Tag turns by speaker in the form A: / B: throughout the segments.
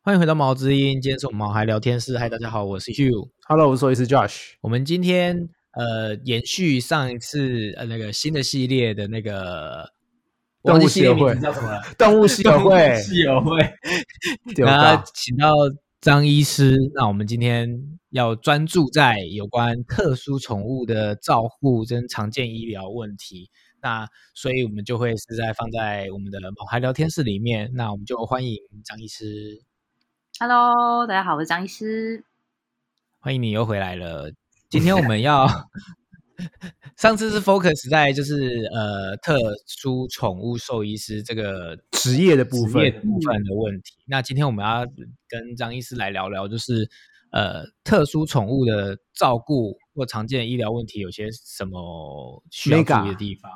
A: 欢迎回到毛之音，今天是我们毛孩聊天室。嗨，大家好，我是 Hugh。
B: Hello，我是兽医师 Josh。
A: 我们今天呃延续上一次呃那个新的系列的那个，我忘记系列名字叫什么了，
B: 动物系友会，
A: 系友会。
B: 丢
A: 然
B: 到
A: 后请到张医师。那我们今天要专注在有关特殊宠物的照护跟常见医疗问题。那所以我们就会是在放在我们的毛孩聊天室里面。那我们就欢迎张医师，
C: Hello，大家好，我是张医师。
A: 欢迎你又回来了。今天我们 要上次是 focus 在就是呃特殊宠物兽医师这个
B: 职业的部
A: 职业的
B: 分，
A: 部分的问题。那今天我们要跟张医师来聊聊，就是呃，特殊宠物的照顾或常见的医疗问题有些什么需要注
B: Mega
A: 意的地方。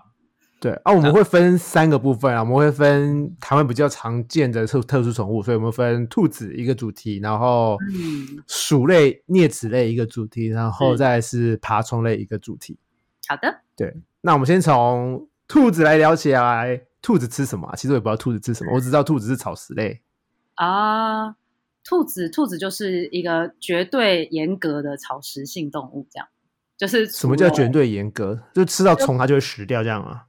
B: 对啊，我们会分三个部分啊，我们会分台湾比较常见的特特殊宠物，所以我们分兔子一个主题，然后
C: 嗯
B: 鼠类、啮齿类一个主题，然后
C: 是
B: 再是爬虫类一个主题。
C: 好的，
B: 那我们先从兔子来聊起来，兔子吃什么啊、其实我也不知道兔子吃什么，我只知道兔子是草食类。
C: 啊、兔子，兔子就是一个绝对严格的草食性动物，这样就是
B: 什么叫
C: 绝
B: 绝？对严格？就吃到虫它就会死掉这样啊？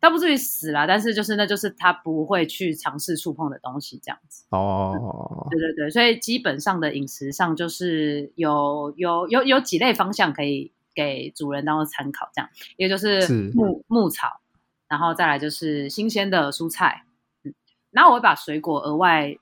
C: 它不至于死啦，但是就是那就是它不会去尝试触碰的东西，这样子。
B: 哦，
C: 对对对，所以基本上的饮食上就是有有有有几类方向可以给主人当做参考，这样，一个就是
B: 是
C: 牧牧草，然后再来就是新鲜的蔬菜，嗯，然后我会把水果额外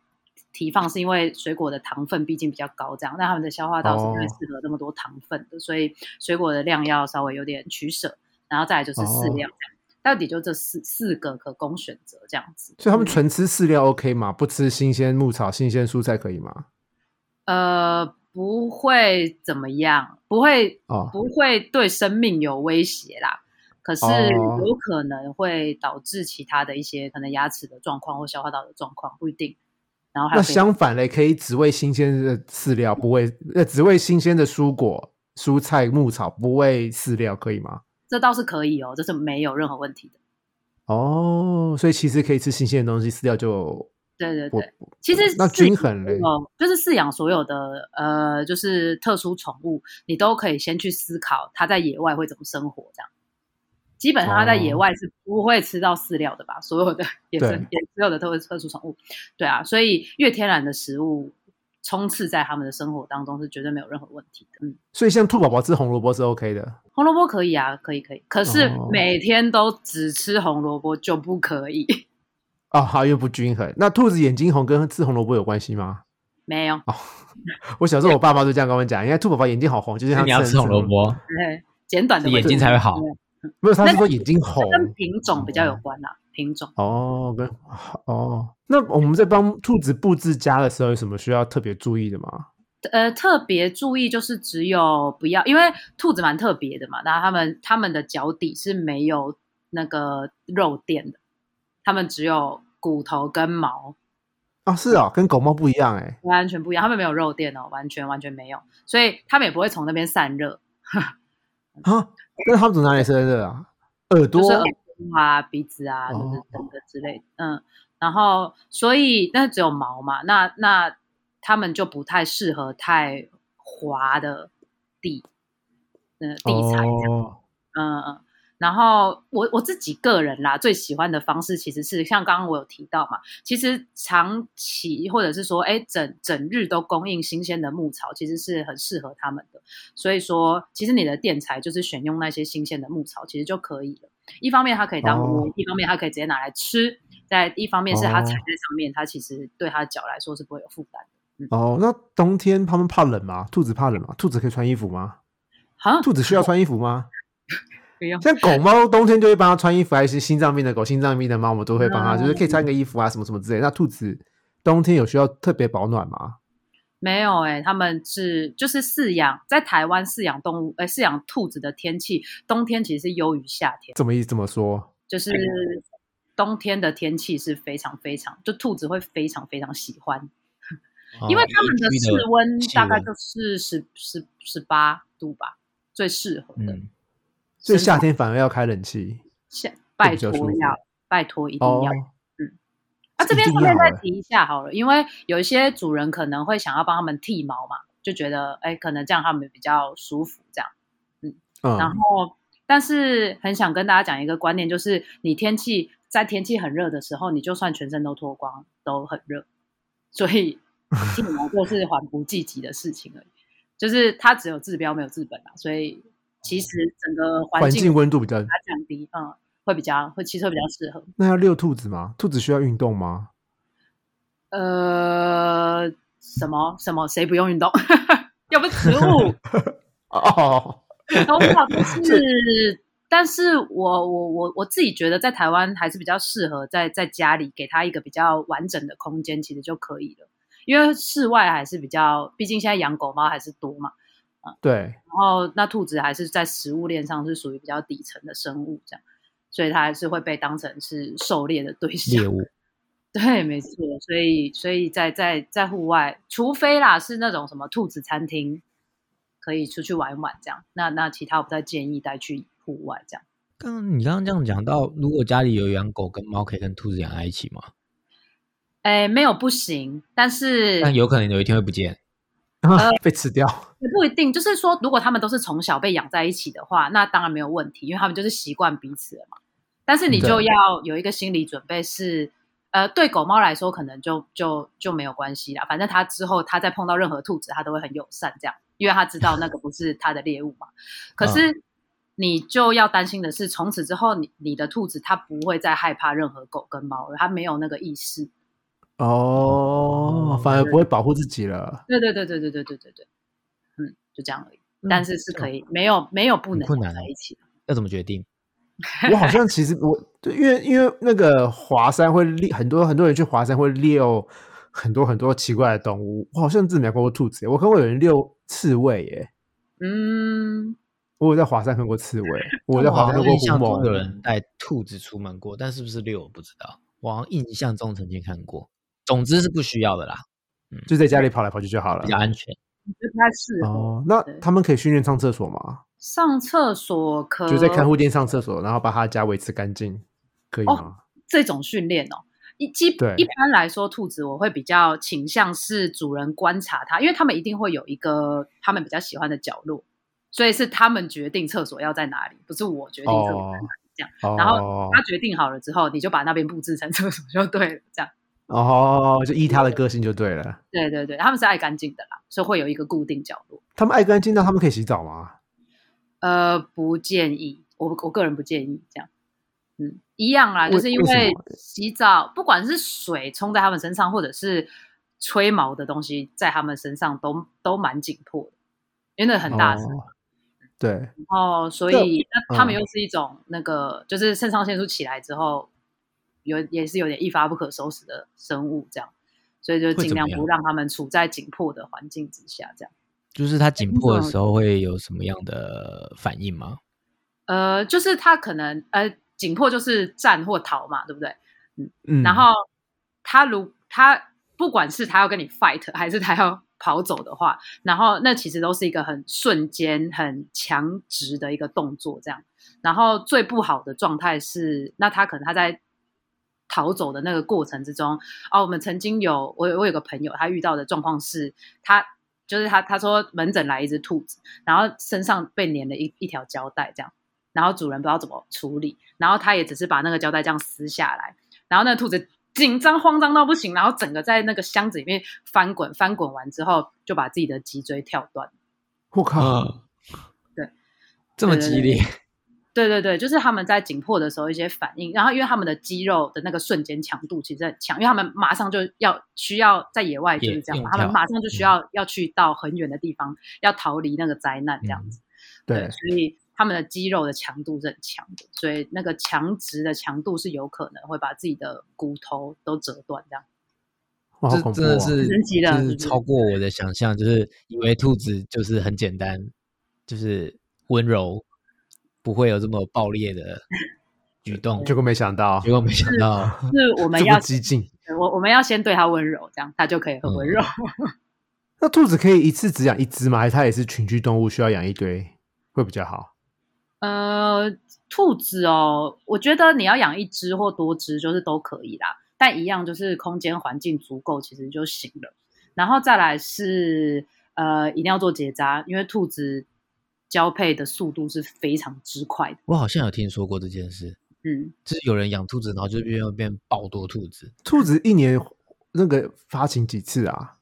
C: 提放，是因为水果的糖分毕竟比较高，这样，那他们的消化道是不会
B: 哦
C: 适合那么多糖分的，所以水果的量要稍微有点取舍，然后再来就是饲
B: 哦
C: 料，这样，到底就这四四个可供选择这样子，
B: 所以他们
C: 嗯
B: 纯吃饲料 OK 吗？不吃新鲜牧草、新鲜蔬菜可以吗？
C: 呃，不会怎么样，不会
B: 哦，
C: 不会对生命有威胁啦。可是
B: 哦
C: 有可能会导致其他的一些可能牙齿的状况或消化道的状况，不一定。然后还
B: 那
C: 有可以
B: 相反嘞，可以只喂新鲜的饲料，不喂呃只喂新鲜的蔬果、蔬菜、牧草，不喂饲料，可以吗？
C: 这倒是可以哦，这是没有任何问题的。
B: 哦，所以其实可以吃新鲜的东西，饲料就
C: 对对
B: 不
C: 对，其实
B: 那
C: 饲
B: 均衡嘞
C: 哦，就是饲养所有的呃，就是特殊宠物，你都可以先去思考它在野外会怎么生活，这样。基本上它在野
B: 哦
C: 外是不会吃到饲料的吧？所有的野生
B: 对
C: 野所有的特特殊宠物，对啊，所以越天然的食物充斥在它们的生活当中是绝对没有任何问题的。嗯，
B: 所以像兔宝宝吃红萝卜是 OK 的
C: 红萝卜可以啊，可以可以，可是
B: 哦
C: 每天都只吃红萝卜就不可以，
B: 哦，好，因为不均衡。那兔子眼睛红跟吃红萝卜有关系吗？
C: 没有，
B: 我小时候我爸妈就这样跟我讲，因为兔宝宝眼睛好红，就是
A: 那
B: 它
A: 你要吃红萝，卜，
C: 对， 简短的
A: 眼
C: 回
A: 睛
C: 复
A: 才会好。
B: 没有，他是
C: 那
B: 说眼睛红
C: 这。跟品种比较有关啦、品种。
B: 哦，跟哦，那我们在帮兔子布置家的时候，有什么需要特别注意的吗？
C: 呃，特别注意就是只有不要，因为兔子蛮特别的嘛，然后它们它们的脚底是没有那个肉垫的，它们只有骨头跟毛，
B: 啊、是哦，跟狗猫不一样哎、
C: 完全不一样，它们没有肉垫哦，完全完全没有，所以它们也不会从那边散热，
B: 啊，那他们从哪里生的啊？耳朵
C: 就是耳朵啊、鼻子啊，就
B: 哦
C: 是等等之类的。嗯，然后所以那只有毛嘛，那那它们就不太适合太滑的地，嗯、地材这样。
B: 哦，
C: 嗯，嗯，然后我我自己个人啦，最喜欢的方式其实是像刚刚我有提到嘛，其实长期或者是说，哎，整整日都供应新鲜的牧草，其实是很适合他们的。所以说，其实你的垫材就是选用那些新鲜的牧草，其实就可以了。一方面它可以当窝，
B: 哦
C: 一方面它可以直接拿来吃，在一方面是它踩
B: 哦
C: 在上面，它其实对它的脚来说是不会有负担的。
B: 哦，那冬天他们怕冷吗？兔子怕冷吗？兔子可以穿衣服吗？
C: 好，
B: 兔子需要穿衣服吗？
C: 不用。
B: 像狗猫冬天就会帮它穿衣服，还是心脏病的狗、心脏病的猫，我们都会帮它，就是可以穿个衣服啊，什么什么之类的。那兔子冬天有需要特别保暖吗？
C: 没有哎、他们是就是饲养在台湾饲养动物，哎、饲养兔子的天气，冬天其实是优于夏天，
B: 怎么意思这么说？
C: 就是冬天的天气是非常非常，就兔子会非常非常喜欢，
B: 哦
C: 因为它们的
A: 宜居
C: 室温
A: 气
C: 大概
A: 温
C: 就是十十十八度吧，最适合的。
A: 嗯，
B: 所以
C: 生
B: 夏天反而要开冷气
C: 夏拜
B: 比较
C: 托
B: 舒服
C: 要拜托一定
B: 哦
C: 要，。啊，这边
B: 一定
C: 顺便
B: 要
C: 再
B: 欸
C: 提一下好了，因为有一些主人可能会想要帮他们剃毛嘛，就觉得哎，可能这样他们比较舒服这样。然
B: 嗯，
C: 后，但是很想跟大家讲一个观念，就是你天气在天气很热的时候，你就算全身都脱光都很热，所 以剃毛就是缓不济急的事情而已。就是它只有治标没有治本啊，所以其实整个环
B: 环
C: 境
B: 境
C: 把
B: 温度比较，
C: 它降低，嗯，会比较会其实会比较适合。
B: 那要遛兔子吗？兔子需要运动吗？
C: 呃，什么什么谁不用运动？ 又不是植物。
B: 哦，
C: 都要，但是，但是我我我我自己觉得在台湾还是比较适合在在家里给他一个比较完整的空间，其实就可以了。因为室外还是比较，毕竟现在养狗猫还是多嘛，
B: 对，
C: 然后那兔子还是在食物链上是属于比较底层的生物，这样，所以它还是会被当成是狩猎的对象
A: 嗯猎。物。
C: 对，没错，所以所以在在在户外，除非啦是那种什么兔子餐厅，可以出去玩一玩这样。那那其他我不太建议带去户外这样。
A: 刚刚你刚刚这样讲到，如果家里有养狗跟猫，可以跟兔子养在一起吗？
C: 哎，没有不行，但是
A: 但有可能有一天会不见。
B: 啊被吃掉。
C: 也不一定。就是说，如果他们都是从小被养在一起的话，那当然没有问题，因为他们就是习惯彼此了嘛。但是你就
A: 对
C: 要有一个心理准备是。呃，对狗猫来说，可能就就就没有关系啦。反正它之后，它再碰到任何兔子，它都会很友善，这样，因为它知道那个不是它的猎物嘛。可是你就要担心的是，从此之后你，你的兔子它不会再害怕任何狗跟猫了，它没有那个意识。
B: 哦，反而不会保护自己了。
C: 对对对对对对对对对，嗯，就这样而已。
A: 嗯
C: 但是是可以，没有没有不
A: 很
C: 能
A: 困
C: 养
A: 难
C: 在
A: 哦
C: 一起的。
A: 要怎么决定？
B: 我好像其实我对，因为因为那个华山会猎很多很多人去华山会遛很多很多奇怪的动物。我好像只没有看过兔子耶，我看过有人遛刺猬耶。
C: 嗯，
B: 我有在华山看过刺猬，我有在华
A: 好像
B: 山看过
A: 印
B: 狐
A: 象中有
B: 獴。
A: 人带兔子出门过，但是不是遛我不知道。我好像印象中曾经看过。总之是不需要的啦，
B: 就在家里跑来跑去就好了
A: 比。较安全。
C: 我觉得不太适合。
B: 哦，那
C: 对
B: 他们可以训练上厕所吗？
C: 上厕所可
B: 就在看
A: 呃
B: 护店上厕所，然后把他家维持干净，可以
C: 哦
B: 吗？
C: 这种训练哦。一基
B: 对
C: 一般来说，兔子我会比较倾向是主人观察它，因为他们一定会有一个他们比较喜欢的角落，所以是他们决定厕所要在哪里，不是我决定厕所在哪里。这样
B: 哦，
C: 然后他决定好了之后，你就把那边布置成厕所就对了。这样，
B: 哦，就依他的个性就对了。
C: 对对对，他们是爱干净的啦，所以会有一个固定角落。
B: 他们爱干净，那他们可以洗澡吗？
C: 呃，不建议，我我个人不建议这样。嗯，一样啦，就
B: 为
C: 是因
B: 为什
C: 为
B: 么
C: 洗澡，不管是水冲在他们身上，或者是吹毛的东西在他们身上都，都蛮紧迫的，因为那很大声。
B: 哦对，
C: 然后，所
B: 这
C: 以那他们
B: 嗯
C: 又是一种那个，就是肾上腺素起来之后，有也是有点一发不可收拾的生物这样，所以就
A: 会
C: 尽
A: 怎么
C: 量
A: 样
C: 不让他们处在紧迫的环境之下这样。
A: 就是它紧迫的
C: 嗯
A: 时候会有什么样的反应 吗？
C: 呃，就是他可能呃紧迫就是战或逃嘛，对不对？
B: 嗯，
C: 然后他如他不管是他要跟你 fight 还是他要跑走的话，然后那其实都是一个很瞬间、很强直的一个动作，这样。然后最不好的状态是，那他可能他在逃走的那个过程之中，哦，我们曾经有我我有个朋友，他遇到的状况是，他就是他他说门诊来一只兔子，然后身上被粘了一一条胶带这样，然后主人不知道怎么处理，然后他也只是把那个胶带这样撕下来，然后那个兔子紧张慌张到不行，然后整个在那个箱子里面翻滚，翻滚完之后就把自己的脊椎跳断。
B: 我靠，
A: 嗯，
C: 对，
A: 这么激烈，
C: 对对对，就是他们在紧迫的时候一些反应，然后因为他们的肌肉的那个瞬间强度其实很强，因为他们马上就要需要在野外就是这样嘛，
A: 也
C: 他们
A: 用跳
C: 马
B: 嗯
C: 上就需要、要去到很远的地方，要逃离那个灾难这样子。
B: 嗯对，
C: 所以他们的肌肉的强度是很强的，所以那个强直的强度是有可能会把自己的骨头都折断 这样。
B: 哇，好
A: 这
B: 恐怖
A: 真的
B: 哦
A: 是
C: 神奇的
A: 就
C: 就是是
A: 超过我的想象，就是以为兔子就是很简单，就是温柔，不会有这么暴烈的举动。
B: 结果没想到
A: 结果没想到，
C: 就是我们
B: 这
C: 要
B: 么激进。
C: 我我们要先对它温柔，这样它就可以很温柔。
B: 那兔子可以一次只养一只吗？还是它也是群居动物，需要养一堆会比较好？
C: 呃，兔子哦，我觉得你要养一只或多只，就是都可以啦。但一样就是空间环境足够，其实就行了。然后再来是呃，一定要做结扎，因为兔子交配的速度是非常之快的。
A: 我好像有听说过这件事，
C: 嗯，
A: 就是有人养兔子，然后就变变爆多兔子，
B: 兔子一年那个发情几次啊？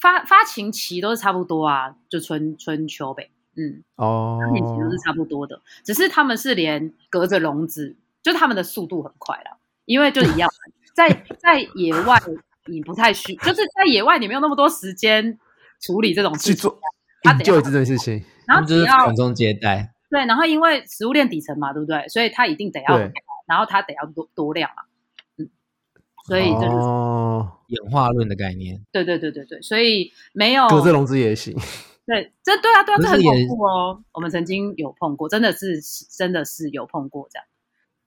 C: 发发情期都是差不多啊，就春春秋呗。嗯，
B: 哦，
C: 发情期都是差不多的，只是他们是连隔着笼子，就他们的速度很快啦，因为就一样嘛，在在野外你不太需，就是在野外你没有那么多时间处理这种事
B: 去
C: 情
B: 做，
C: 他等一下
B: enjoy 这件事情。
C: 然
A: 他
C: 后
A: 们就
C: 只
A: 是
C: 要
A: 传宗接代。
C: 对，然后因为食物链底层嘛，对不对？所以它一定得要
B: 对，
C: 然后它得要多多量嘛，嗯，所以就是、
B: 哦，
A: 演化论的概念，
C: 对对对对对，所以没有
B: 隔着笼子也行。
C: 对，这对啊对啊，
A: 不
C: 这
A: 是
C: 很恐
A: 也
C: 怖哦。我们曾经有碰过，真的是真的是有碰过这样，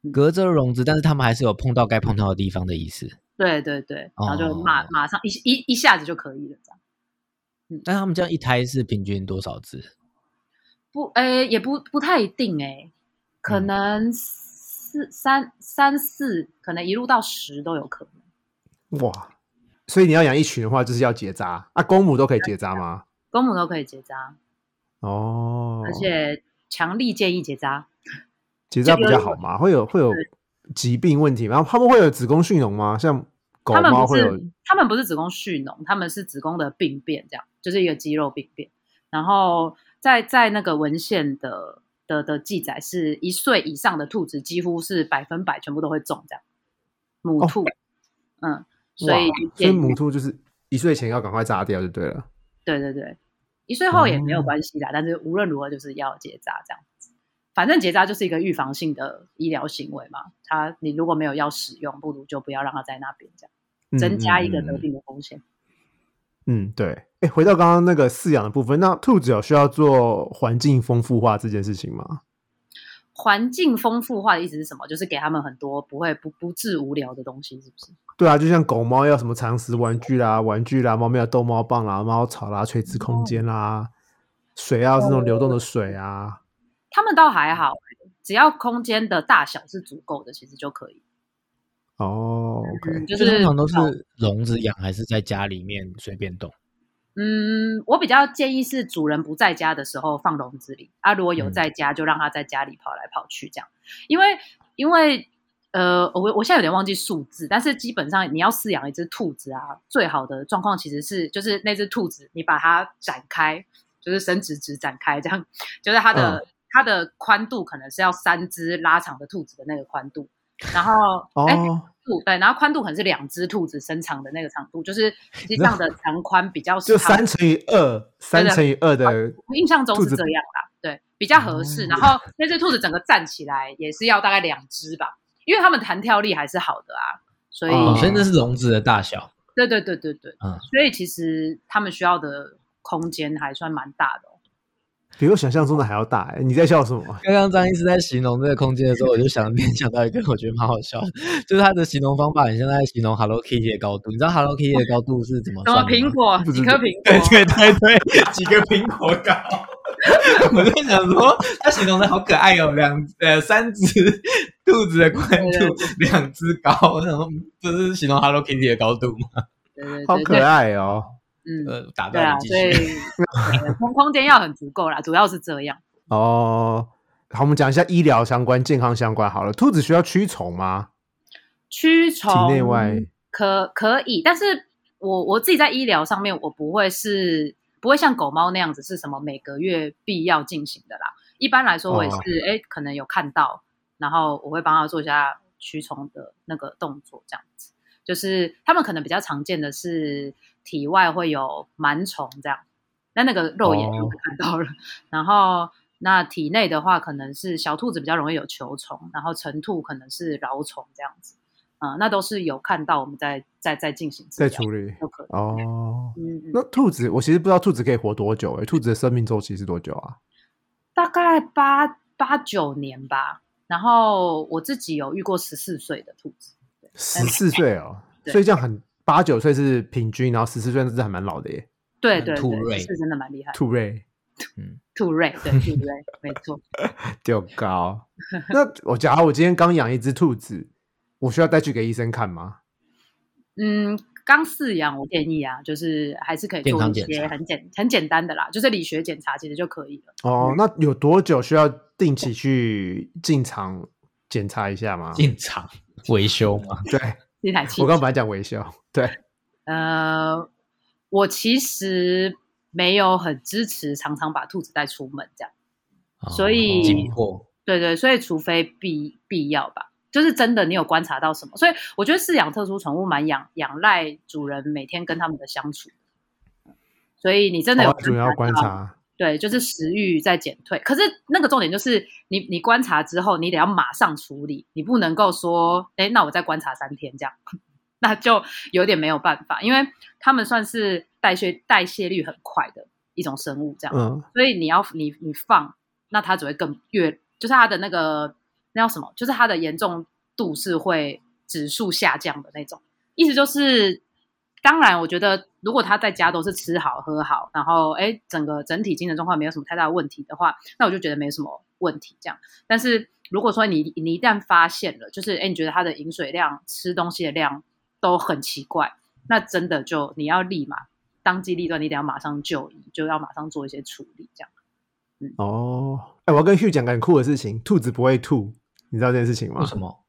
C: 嗯
A: 隔着笼子，但是他们还是有碰到该碰到的地方的意思。
C: 对对对，然后就马、
A: 哦
C: 马上一一一下子就可以了这样。嗯
A: 但他们这样一胎是平均多少只？
C: 不，诶，也不不太一定诶，可
A: 嗯
C: 能四三三四，可能一路到十都有可能。
B: 哇，所以你要养一群的话，就是要结扎啊，公母都可以结扎吗？
C: 公母都可以结扎，
B: 哦，
C: 而且强力建议结扎。
B: 结扎比较好吗？会有会有疾病问题吗？然后他们会有子宫蓄脓吗？像狗
C: 他们
B: 猫
C: 不
B: 会有
C: 是他们不是子宫蓄脓，他们是子宫的病变，这样就是一个肌肉病变。然后在在那个文献的的的记载是，一岁以上的兔子几乎是百分百全部都会中这样母
B: 哦
C: 兔，嗯，所
B: 哇
C: 以，
B: 所以
C: 建议
B: 母兔就是一岁前要赶快扎掉就对了。
C: 对对对，一岁后也没有
B: 哦
C: 关系啦，但是无论如何就是要结扎这样子。反正结扎就是一个预防性的医疗行为嘛，它你如果没有要使用，不如就不要让它在那边这样，
B: 嗯
C: 增加一个得
B: 嗯
C: 病的风险。
B: 嗯，对。哎，回到刚刚那个饲养的部分，那兔子有需要做环境丰富化这件事情吗？
C: 环境丰富化的意思是什么？就是给他们很多不会不不致无聊的东西，是不是？
B: 对啊，就像狗猫要什么常识玩具啦、玩具啦，猫咪要逗猫棒啦、猫草啦、垂直空间啦，水
C: 哦
B: 要是那种流动的水啊。
C: 他们倒还好，只要空间的大小是足够的，其实就可以。
B: 哦
C: 嗯，
B: ，OK，
C: 就
A: 所以
C: 是
A: 通常都是笼子养，还是在家里面随便动？
C: 嗯，我比较建议是主人不在家的时候放笼子里，啊，如果有
A: 嗯
C: 在家，就让它在家里跑来跑去这样，因为因为呃，我我现在有点忘记数字，但是基本上你要饲养一只兔子啊，最好的状况其实是就是那只兔子，你把它展开，就是伸直直展开这样，就是它的、它的宽度可能是要三只拉长的兔子的那个宽度，然后
B: 哦，
C: 哎、度对，然后宽度可能是两只兔子身长的那个长度，就是实际
B: 那
C: 上的长宽比较
B: 就
C: 长
B: 三乘以二，三乘以二的
C: 我印象中
B: 兔
C: 是
B: 子
C: 这样啦，对，比较合适。
B: 哦
C: 然后那只兔子整个站起来也是要大概两只吧，因为它们弹跳力还是好的啊，所以、
B: 哦
A: 哦，所以那是笼子的大小。
C: 对对对对对，
A: 嗯
C: 所以其实它们需要的空间还算蛮大的、哦。
B: 比我想象中的还要大、欸。你在笑什么？
A: 刚刚张医师在形容这个空间的时候，我就想 联想到一个我觉得蛮好笑的，就是他的形容方法很像在形容 Hello Kitty 的高度。你知道 Hello Kitty 的高度是怎么
C: 什
A: 哦算
C: 么
A: 的吗？
C: 苹果
B: 不知
C: 几
B: 道
C: 颗苹果？
A: 对对对， 几个苹果糕。 我在想说，他形容的好可爱哦，两呃三只肚子的宽
C: 对对
A: 度，两只高，我想说这是形容 Hello Kitty 的高度吗？
C: 对对对
B: 好可
C: 对，
B: 爱哦、
C: 嗯，
A: 呃，打
C: 对啊
A: 断，你继
C: 所以
A: 续。
C: 对空空间要很足够啦，主要是这样。
B: 哦，好，我们讲一下医疗相关、健康相关好了。兔子需要驱虫吗？
C: 驱虫
B: 体内外
C: 可可以，但是我我自己在医疗上面，我不会是不会像狗猫那样子是什么每个月必要进行的啦。一般来说，我也是
B: 哦
C: 哎、诶可能有看到，然后我会帮他做一下驱虫的那个动作，这样子。就是他们可能比较常见的是体外会有螨虫这样，那那个肉眼就
B: 哦
C: 会看到了。然后那体内的话，可能是小兔子比较容易有球虫，然后成兔可能是蛲虫这样子，啊、那都是有看到我们在在在进行治
B: 在
C: 疗
B: 处理
C: 都可以。
B: 哦。
C: 嗯，嗯
B: 那兔子，我其实不知道兔子可以活多久诶、兔子的生命周期是多久啊？
C: 大概八八九年吧。然后我自己有遇过十四岁的兔子，
B: 十四岁哦，
C: 嗯对
B: 所以这样很八九岁是平均，然后十四岁是还蛮老的耶。
C: 对
A: 嗯
C: 对
A: 兔
C: 对，
A: 瑞
C: 是真的蛮厉害的。
B: 兔瑞
C: 兔瑞，对兔瑞，没错。
B: 就高。那我假如我今天刚养一只兔子，我需要带去给医生看吗？
C: 嗯，刚饲养我建议啊，就是还是可以
A: 健
C: 做
A: 康
C: 一
A: 检
C: 些
A: 查
C: 很简很简单的啦，就是理学检查其实就可以了。
B: 哦，那有多久需要定期去进厂检查一下吗？
A: 进厂维修吗？
B: 对，
C: 这台器
B: 我刚
C: 材
B: 本来讲维修，对，
C: 呃，我其实没有很支持常常把兔子带出门这样。 所以
A: 哦紧迫
C: 对对，所以除非必必要吧，就是真的你有观察到什么，所以我觉得饲养特殊宠物蛮仰仰赖主人每天跟他们的相处，所以你真的有
B: 哦主要观
C: 到，
B: 察
C: 对，就是食欲在减退。可是那个重点就是你你观察之后，你得要马上处理，你不能够说，哎，那我再观察三天这样， 那就有点没有办法，因为他们算是代谢代谢率很快的一种生物，这样。
B: 嗯，
C: 所以你要你你放，那它只会更越，就是它的那个那叫什么，就是它的严重度是会指数下降的那种。意思就是，当然，我觉得如果他在家都是吃好喝好，然后哎，整个整体精神状况没有什么太大的问题的话，那我就觉得没什么问题这样。但是如果说你你一旦发现了，就是哎，你觉得他的饮水量、吃东西的量都很奇怪，那真的就你要立马当机立断，你得要马上就医，就要马上做一些处理，这样。
B: 哦，哎，我要跟 Hugh 讲个很酷的事情，兔子不会吐，你知道这件事情吗
A: 为？什么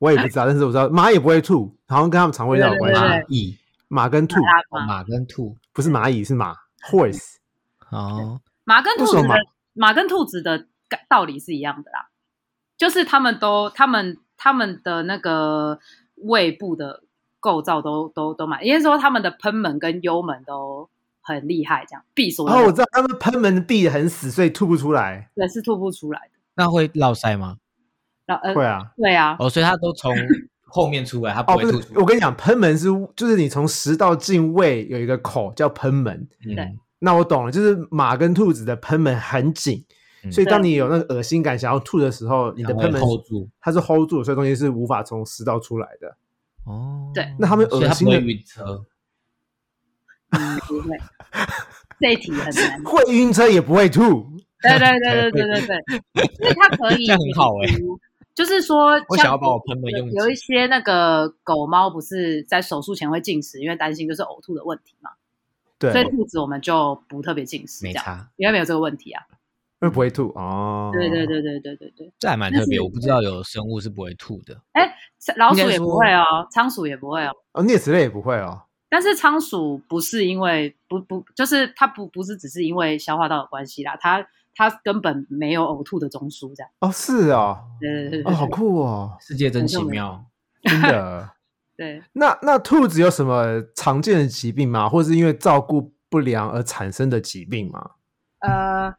B: 我也不知道，但是我知道马也不会吐，好像跟他们肠胃道有关
C: 对
B: 系。
A: 蚂蚁、
B: 马跟兔
C: 拉
A: 哦
C: 马
A: 马跟兔
B: 不是蚂蚁，是马 horse。
A: 哦，
C: 马跟兔
B: 为
C: 子
B: 什么
C: 的马跟兔子的概道理是一样的啦，就是他们都他们他们的那个胃部的构造都都都蛮，应该说他们的喷门跟幽门都很厉害，这样闭锁
B: 哦，我知道他们喷门闭得很死，所以吐不出来。
C: 对是吐不出来的。
A: 那会落腮吗？
C: 然后
B: 会
C: 呃
B: 啊，
C: 对啊，
A: 哦，所以它都从后面出来，它不
B: 哦，
A: 会
B: 不
A: 吐
B: 是
A: 出，来。
B: 我跟你讲，喷门是就是你从食道进胃有一个口叫喷门。
A: 嗯，
B: 那我懂了，就是马跟兔子的喷门很紧，
A: 嗯
B: 所以当你有那个恶心感想要吐的时候，你的
A: 它
B: 喷
A: 会
B: 门
A: hold 住
B: 它是 hold 住的，所以东西是无法从食道出来的。
A: 哦。
C: 对
B: 那它们
A: 所以它
B: 恶
A: 不
B: 心的
A: 会晕车，
C: 嗯不会，这一题很难。
B: 会晕车也不会吐。
C: 对对对对对对对，因为它可以
A: 这样很好欸
C: 解毒就是说像，
A: 我想要把我喷门用
C: 有一
A: 尽
C: 些那个狗猫不是在手术前会进食，因为担心就是呕吐的问题嘛，
B: 对，
C: 所以兔子我们就不特别进食，这
A: 没
C: 样，
A: 差，
C: 因为没有这个问题啊。
B: 会不会吐哦。
C: 对对对对对对对，
A: 这还蛮
C: 但
A: 特别。
C: 是
A: 我不知道有生物是不会吐的，
C: 老
A: 应
C: 鼠
A: 该
C: 也不
A: 说
C: 会哦，仓鼠也不会哦，
B: 哦，啮齿类也不会哦。
C: 但是仓鼠不是因为不不，就是它不不是只是因为消化道的关系啦，它它根本没有呕吐的中枢这样。
B: 哦，是哦，
C: 对对对
B: 哦，
C: 对
B: 好酷 哦，
A: 世界真奇
C: 我就没
A: 妙。
B: 真的。
C: 对，
B: 那那兔子有什么常见的疾病吗？或是因为照顾不良而产生的疾病吗？
C: 呃，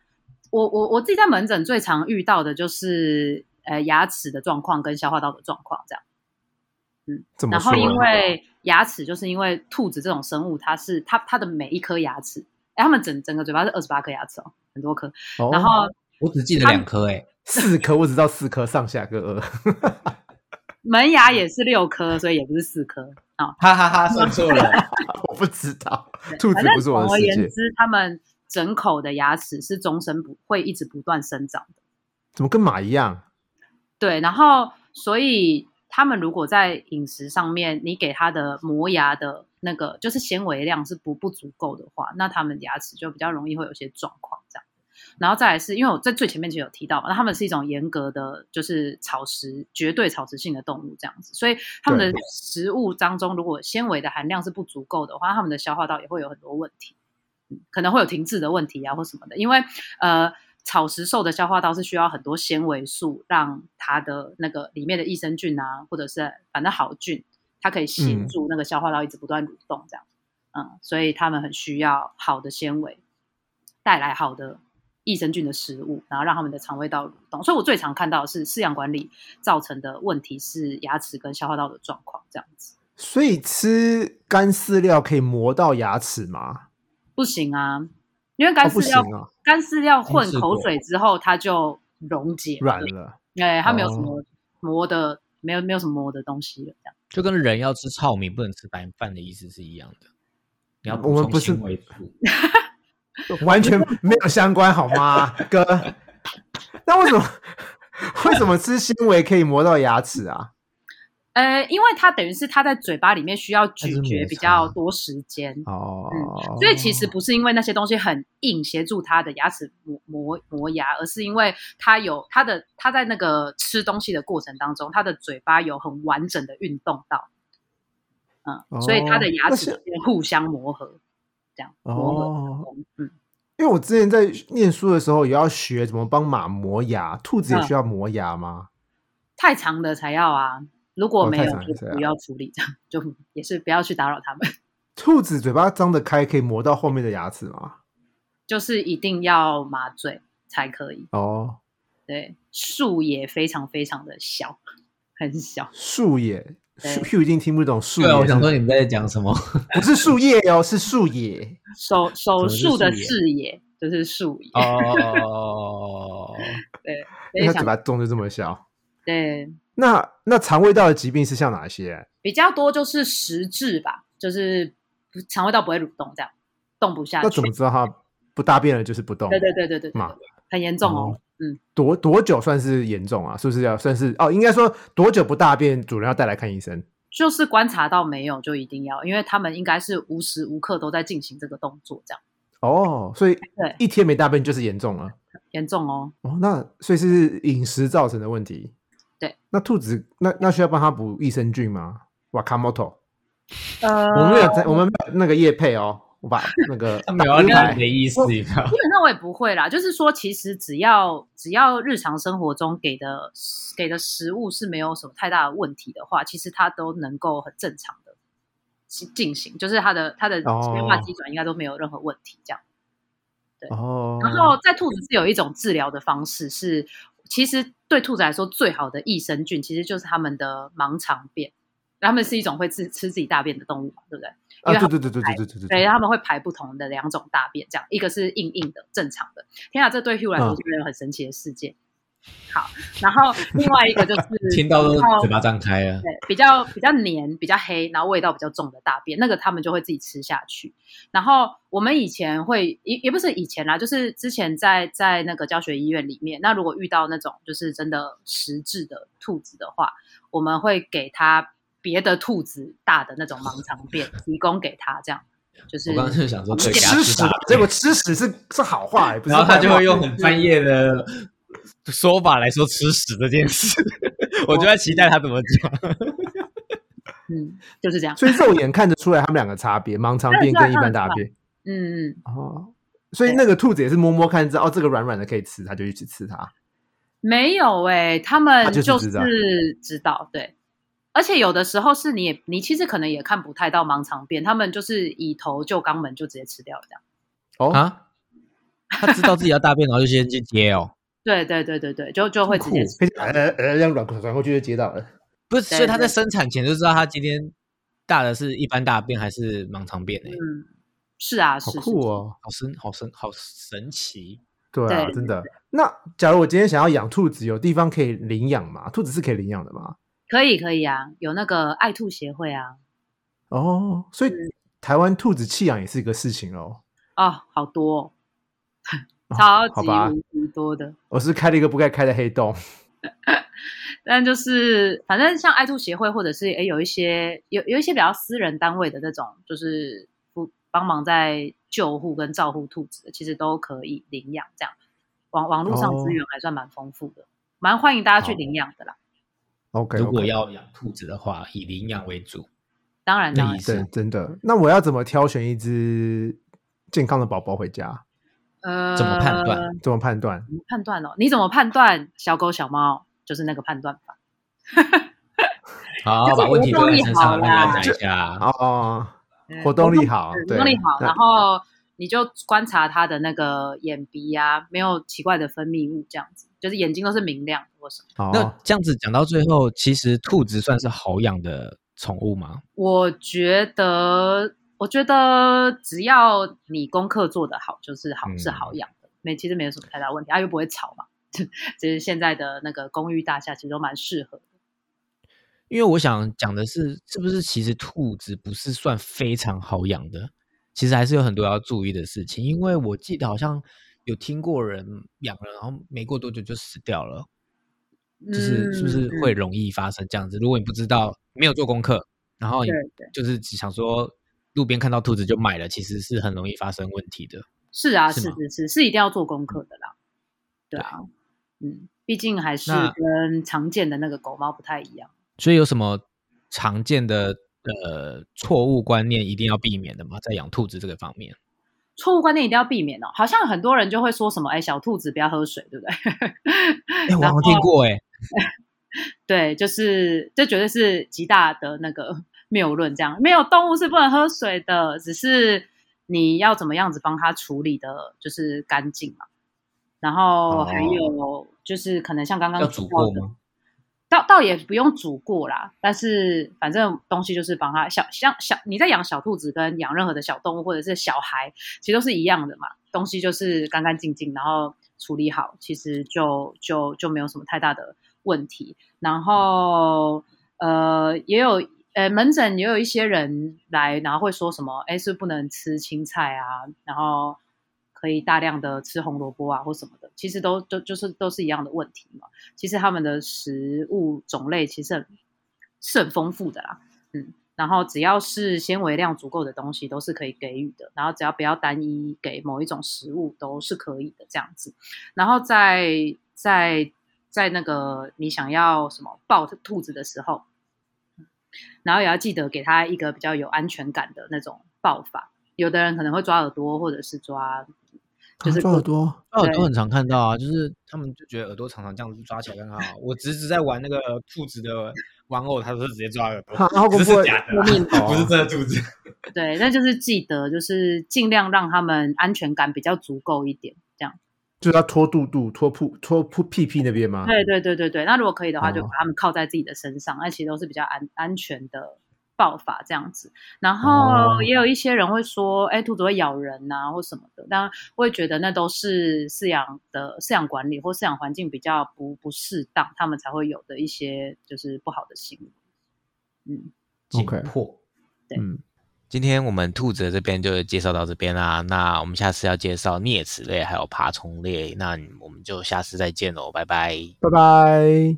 C: 我我我自己在门诊最常遇到的就是呃牙齿的状况跟消化道的状况这样。
B: 怎么
C: 然
B: 说啊
C: 后
B: 呢？
C: 因为牙齿，就是因为兔子这种生物，它是它它的每一颗牙齿，哎，它们整整个嘴巴是二十八颗牙齿哦，很多颗。
B: 哦
C: 然后
A: 我只记得两颗欸诶，
B: 四颗，我只知道四颗上下各二。
C: 门牙也是六颗，所以也不是四颗啊。
A: 哈哈哈，算错了。
B: 我不知道，
C: 对
B: 兔
C: 反
B: 子
C: 正
B: 不是我的
C: 总而
B: 世
C: 言
B: 界
C: 之，，它们整口的牙齿是终身不会一直不断生长的。
B: 怎么跟马一样？
C: 对，然后所以他们如果在饮食上面，你给它的磨牙的那个就是纤维量是不不足够的话，那他们牙齿就比较容易会有一些状况这样。然后再来是因为我在最前面其实有提到嘛，那他们是一种严格的，就是草食绝对草食性的动物这样子，所以他们的
B: 对
C: 食物当中如果纤维的含量是不足够的话，他们的消化道也会有很多问题，嗯可能会有停滞的问题啊或什么的，因为呃。草食兽的消化道是需要很多纤维素，让它的那个里面的益生菌啊，或者是反正好菌，它可以吸
B: 嗯
C: 住那个消化道一直不断蠕动这样。嗯，所以他们很需要好的纤维，带来好的益生菌的食物，然后让他们的肠胃道蠕动。所以我最常看到的是饲养管理造成的问题是牙齿跟消化道的状况这样子。
B: 所以吃干饲料可以磨到牙齿吗？
C: 不行啊，因为干
B: 哦不
C: 饲料、
B: 行啊
C: 干饲料混
A: 试过
C: 口水之后，它就溶解嘛
B: 软了。
C: 哎，它没有什
B: 哦
C: 么磨的，没有没有什么磨的东西了，这样。
A: 就跟人要吃糙米不能吃白饭的意思是一样的。你要
B: 我
A: 补
B: 们
A: 充
B: 不是
A: 纤维素，
B: 完全没有相关，好吗，哥？ 那为什么为什么吃纤维可以磨到牙齿啊？
C: 呃，因为它等于是它在嘴巴里面需要咀
B: 它是
C: 嚼
B: 摩
C: 比
B: 擦
C: 较多时间，
B: 哦，
C: 嗯所以其实不是因为那些东西很硬协助它的牙齿磨磨磨牙，而是因为它有它的它在那个吃东西的过程当中，它的嘴巴有很完整的运动到，嗯，所以它的
B: 哦
C: 牙
B: 那
C: 齿
B: 是
C: 之间互相磨合，这样磨合
B: 哦，
C: 成功嗯，
B: 因为我之前在念书的时候也要学怎么帮马磨牙，兔
C: 嗯
B: 子也需要磨牙吗？
C: 太长的才要啊，如果
B: 哦
C: 没
B: 太
C: 有
B: 长
C: 就
B: 才要
C: 不要处理，这样就也是不要去打扰他们。
B: 兔子嘴巴张得开可以磨到后面的牙齿吗？
C: 就是一定要麻醉才可以。
B: 哦，
C: 对，树也非常非常的小，很小。
B: 树叶
C: 对
B: 树，Q 一定听不懂树
A: 对
B: 叶。
A: 啊，我想说你们在讲什么？
B: 不是树叶哦，是树叶。
C: 手手
A: 是
C: 术的
B: 啊
A: 树野
C: 视野就是树 野，
A: 哦，
B: 因为
C: 非
B: 它嘴
C: 常
B: 巴动就这么小。
C: 对。
B: 那那肠胃道的疾病是像哪些？啊
C: 比较多就是实质吧，就是不肠胃道不会蠕动，这样动不下
B: 那
C: 去
B: 怎。么知道它不大便了就是不动？
C: 对对对对对对
B: 嘛
C: 对，很严重哦
B: 哦。
C: 嗯，
B: 多多久算是严重啊？是不是要算是哦？应该说多久不大便，主人要带来看医生。
C: 就是观察到没有就一定要，因为他们应该是无时无刻都在进行这个动作，这样
B: 哦，所以
C: 对
B: 一天没大便就是严重了。
C: 严重哦。
B: 哦，那所以是饮食造成的问题。
C: 对，
B: 那兔子那那需要帮它补益生菌吗？哇卡莫托，
C: 呃，
B: 我们没有在，我们没有那个叶配哦，我把那 个
A: 他没有啊要
B: 打出
A: 聊
B: 来
A: 你的意思，你知 道吗
C: 基本上我也不会啦，就是说，其实只要只要日常生活中给的给的食物是没有什么太大的问题的话，其实它都能够很正常的进行，就是它的它的
B: 哦
C: 消化机转应该都没有任何问题这样。
B: 哦，
C: 然后在兔子是有一种治疗的方式是，其实对兔子来说最好的益生菌其实就是它们的盲肠便，它们是一种会自吃自己大便的动物嘛，对不对？因
B: 啊，
C: 为它
B: 对对对对对对对
C: 对，他们会排不同的两种大便，这样一个是硬硬的正常的。天啊，这对 Hugh 来说
B: 嗯
C: 是一个很神奇的世界。好，然后另外一个就是
A: 听到都
C: 比较
A: 嘴巴张开了。
C: 对比较比较黏、比较黑，然后味道比较重的大便，那个他们就会自己吃下去。然后我们以前会也也不是以前啦，就是之前在在那个教学医院里面，那如果遇到那种就是真的实质的兔子的话，我们会给它别的兔子大的那种盲肠便，提供给它这样。就是
A: 我刚刚就想说，对，给他
B: 吃
A: 吃
B: 屎
A: 大，
B: 结果
A: 便，
B: 吃屎是是好话，也不是
A: 然后他
B: 坏
A: 就
B: 话
A: 会用很专业的 说法来说吃屎这件 事。我就在期待他怎么讲。
C: 嗯，就是这样。
B: 所以肉眼看得出来他们两个差别，盲肠便跟一般大便。
C: 嗯嗯，
B: 哦，所以那个兔子也是摸摸看，知道哦，这个软软的可以吃，它就去吃它。
C: 没有哎、他们
B: 他就是
C: 是
B: 知道
C: 知道对，而且有的时候是你也你其实可能也看不太到盲肠便，他们就是以头就肛门就直接吃掉了这样。
B: 哦，
A: 啊，他知道自己要大便，然后就先去接 哦。
C: 对对对对对，就就会直接吃
B: 可以
C: 掉。
B: 呃呃，让软骨转过去就接到了。
A: 不是，
C: 对
A: 所以他在
C: 对
A: 生产前就知道他今天大的是一般大便还是盲肠便诶、
C: 嗯，是啊，
B: 好
C: 是
B: 酷！哦！
A: 好神，好神，好神奇！
B: 对啊，
C: 对
B: 真的。那假如我今天想要养兔子，有地方可以领养吗？兔子是可以领养的吗？
C: 是可以可以啊，有那个爱兔协会啊，
B: 哦，所以
C: 嗯
B: 台湾兔子弃养也是一个事情哦。
C: 哦，好多、哦，
B: 哦
C: 超
B: 好
C: 级
B: 吧，
C: 无敌多的。
B: 我是开了一个不该开的黑洞。
C: 但就是反正像爱兔协会，或者是诶有一些有有一些比较私人单位的那种，就是不帮忙在救护跟照护兔子的，其实都可以领养这样。网网络上资源还算蛮丰富的，蛮欢迎大家去
B: 哦好
C: 领养的啦。
B: OK，
A: 如果要养兔子的话，以领养为主。
C: 当然，
A: 那
C: 当然
A: 以，
B: 对
A: 是，
B: 真的。那我要怎么挑选一只健康的宝宝回家？
C: 呃，
A: 怎么判断？
B: 怎么判断？
C: 怎么判断哦？你怎么判断小狗小猫就是那个判断法？
A: 好
C: 但，是
A: 把问题丢在身上，
C: 活动力好
A: 让
C: 啦
A: 大家讲一下。啊
B: 哦，
C: 嗯
B: 活动力好
C: 嗯，活
B: 对
C: 动力好，
B: 那
C: 然后你就观察它的那个眼鼻啊，没有奇怪的分泌物，这样子，就是眼睛都是明亮的或什么。
A: 那
B: 哦，
A: 这样子讲到最后，其实兔子算是好养的宠物吗？
C: 我觉得，我觉得只要你功课做得好，就是好、
A: 嗯
C: 是好养的，没其实没有什么太大问题，啊它又不会吵嘛。 其实现在的那个公寓大厦其实都蛮适合的。
A: 因为我想讲
C: 嗯
A: 的是，是不是其实兔子不是算非常好养的？其实还是有很多要注意的事情。因为我记得好像有听过人养了，然后没过多久就死掉了。就是
C: 嗯
A: 是不是会容易发生这样子？如果你不知道，没有做功课，然后
C: 对
A: 你
C: 嗯对，
A: 就是只想说路边看到兔子就买了，其实是很容易发生问题的。
C: 是啊，
A: 是
C: 是
A: 吗嗯
C: 是是是一定要做功课的啦。对啊，嗯，毕竟还是
A: 那
C: 跟常见的那个狗猫不太一样。
A: 所以有什么常见的呃错误观念一定要避免的吗？在养兔子这个方 面，
C: 错误观念一定要避免哦，好像很多人就会说什么，哎，小兔子不要喝水，对不对？
A: 哎、我
C: 然
A: 好
C: 后
A: 像听过哎、
C: 对，就是这绝对是极大的那个 谬论，这样没有动物是不能喝水的，只是你要怎么样子帮它处理的，就是干净嘛。然后还有就是可能像刚刚
A: 要煮
C: 提到
A: 过
C: 的
A: 吗？
C: 倒倒也不用煮过啦，但是反正东西就是帮它小像小你在养小兔子跟养任何的小动物或者是小孩，其实都是一样的嘛，东西就是干干净净，然后处理好，其实就就就没有什么太大的问题。然后呃，也有呃门诊也有一些人来，然后会说什么，哎，是不是不能吃青菜啊，然后可以大量的吃红萝卜啊或什么的，其实都都就是都是一样的问题嘛。其实他们的食物种类其实很是很丰富的啦，嗯，然后只要是纤维量足够的东西都是可以给予的，然后只要不要单一给某一种食物都是可以的这样子，然后在在在那个你想要什么抱兔子的时候，然后也要记得给它一个比较有安全感的那种抱法，有的人可能会抓耳朵或者是抓。就是
B: 抓耳朵，
A: 那耳朵哦很常看到啊，就是他们就觉得耳朵常常这样子抓起来刚刚好。我侄子在玩那个兔子的玩偶，他都是直接抓耳朵，
B: 哈好恐
A: 只
B: 怖
A: 是
B: 欸
A: 假的啦，
B: 我命薄啊
A: 不是真的兔子。
C: 对，那就是记得，就是尽量让他们安全感比较足够一点，这样。
B: 就是要拖肚肚、拖屁、拖屁屁屁那边吗？
C: 对对对对对，那如果可以的话，就
B: 嗯哦
C: 把他们靠在自己的身上，那、其实都是比较安安全的爆发这样子。然
B: 哦
C: 后也有一些人会说，哎、兔子会咬人呐、或什么的，但我也觉得那都是饲养的饲养管理或饲养环境比较不不适当，他们才会有的一些就是不好的行为。嗯，
B: OK
A: 破。
C: 对
B: 嗯，
A: 今天我们兔子这边就介绍到这边啦，那我们下次要介绍啮齿类还有爬虫类，那我们就下次再见喽，拜拜。
B: 拜拜。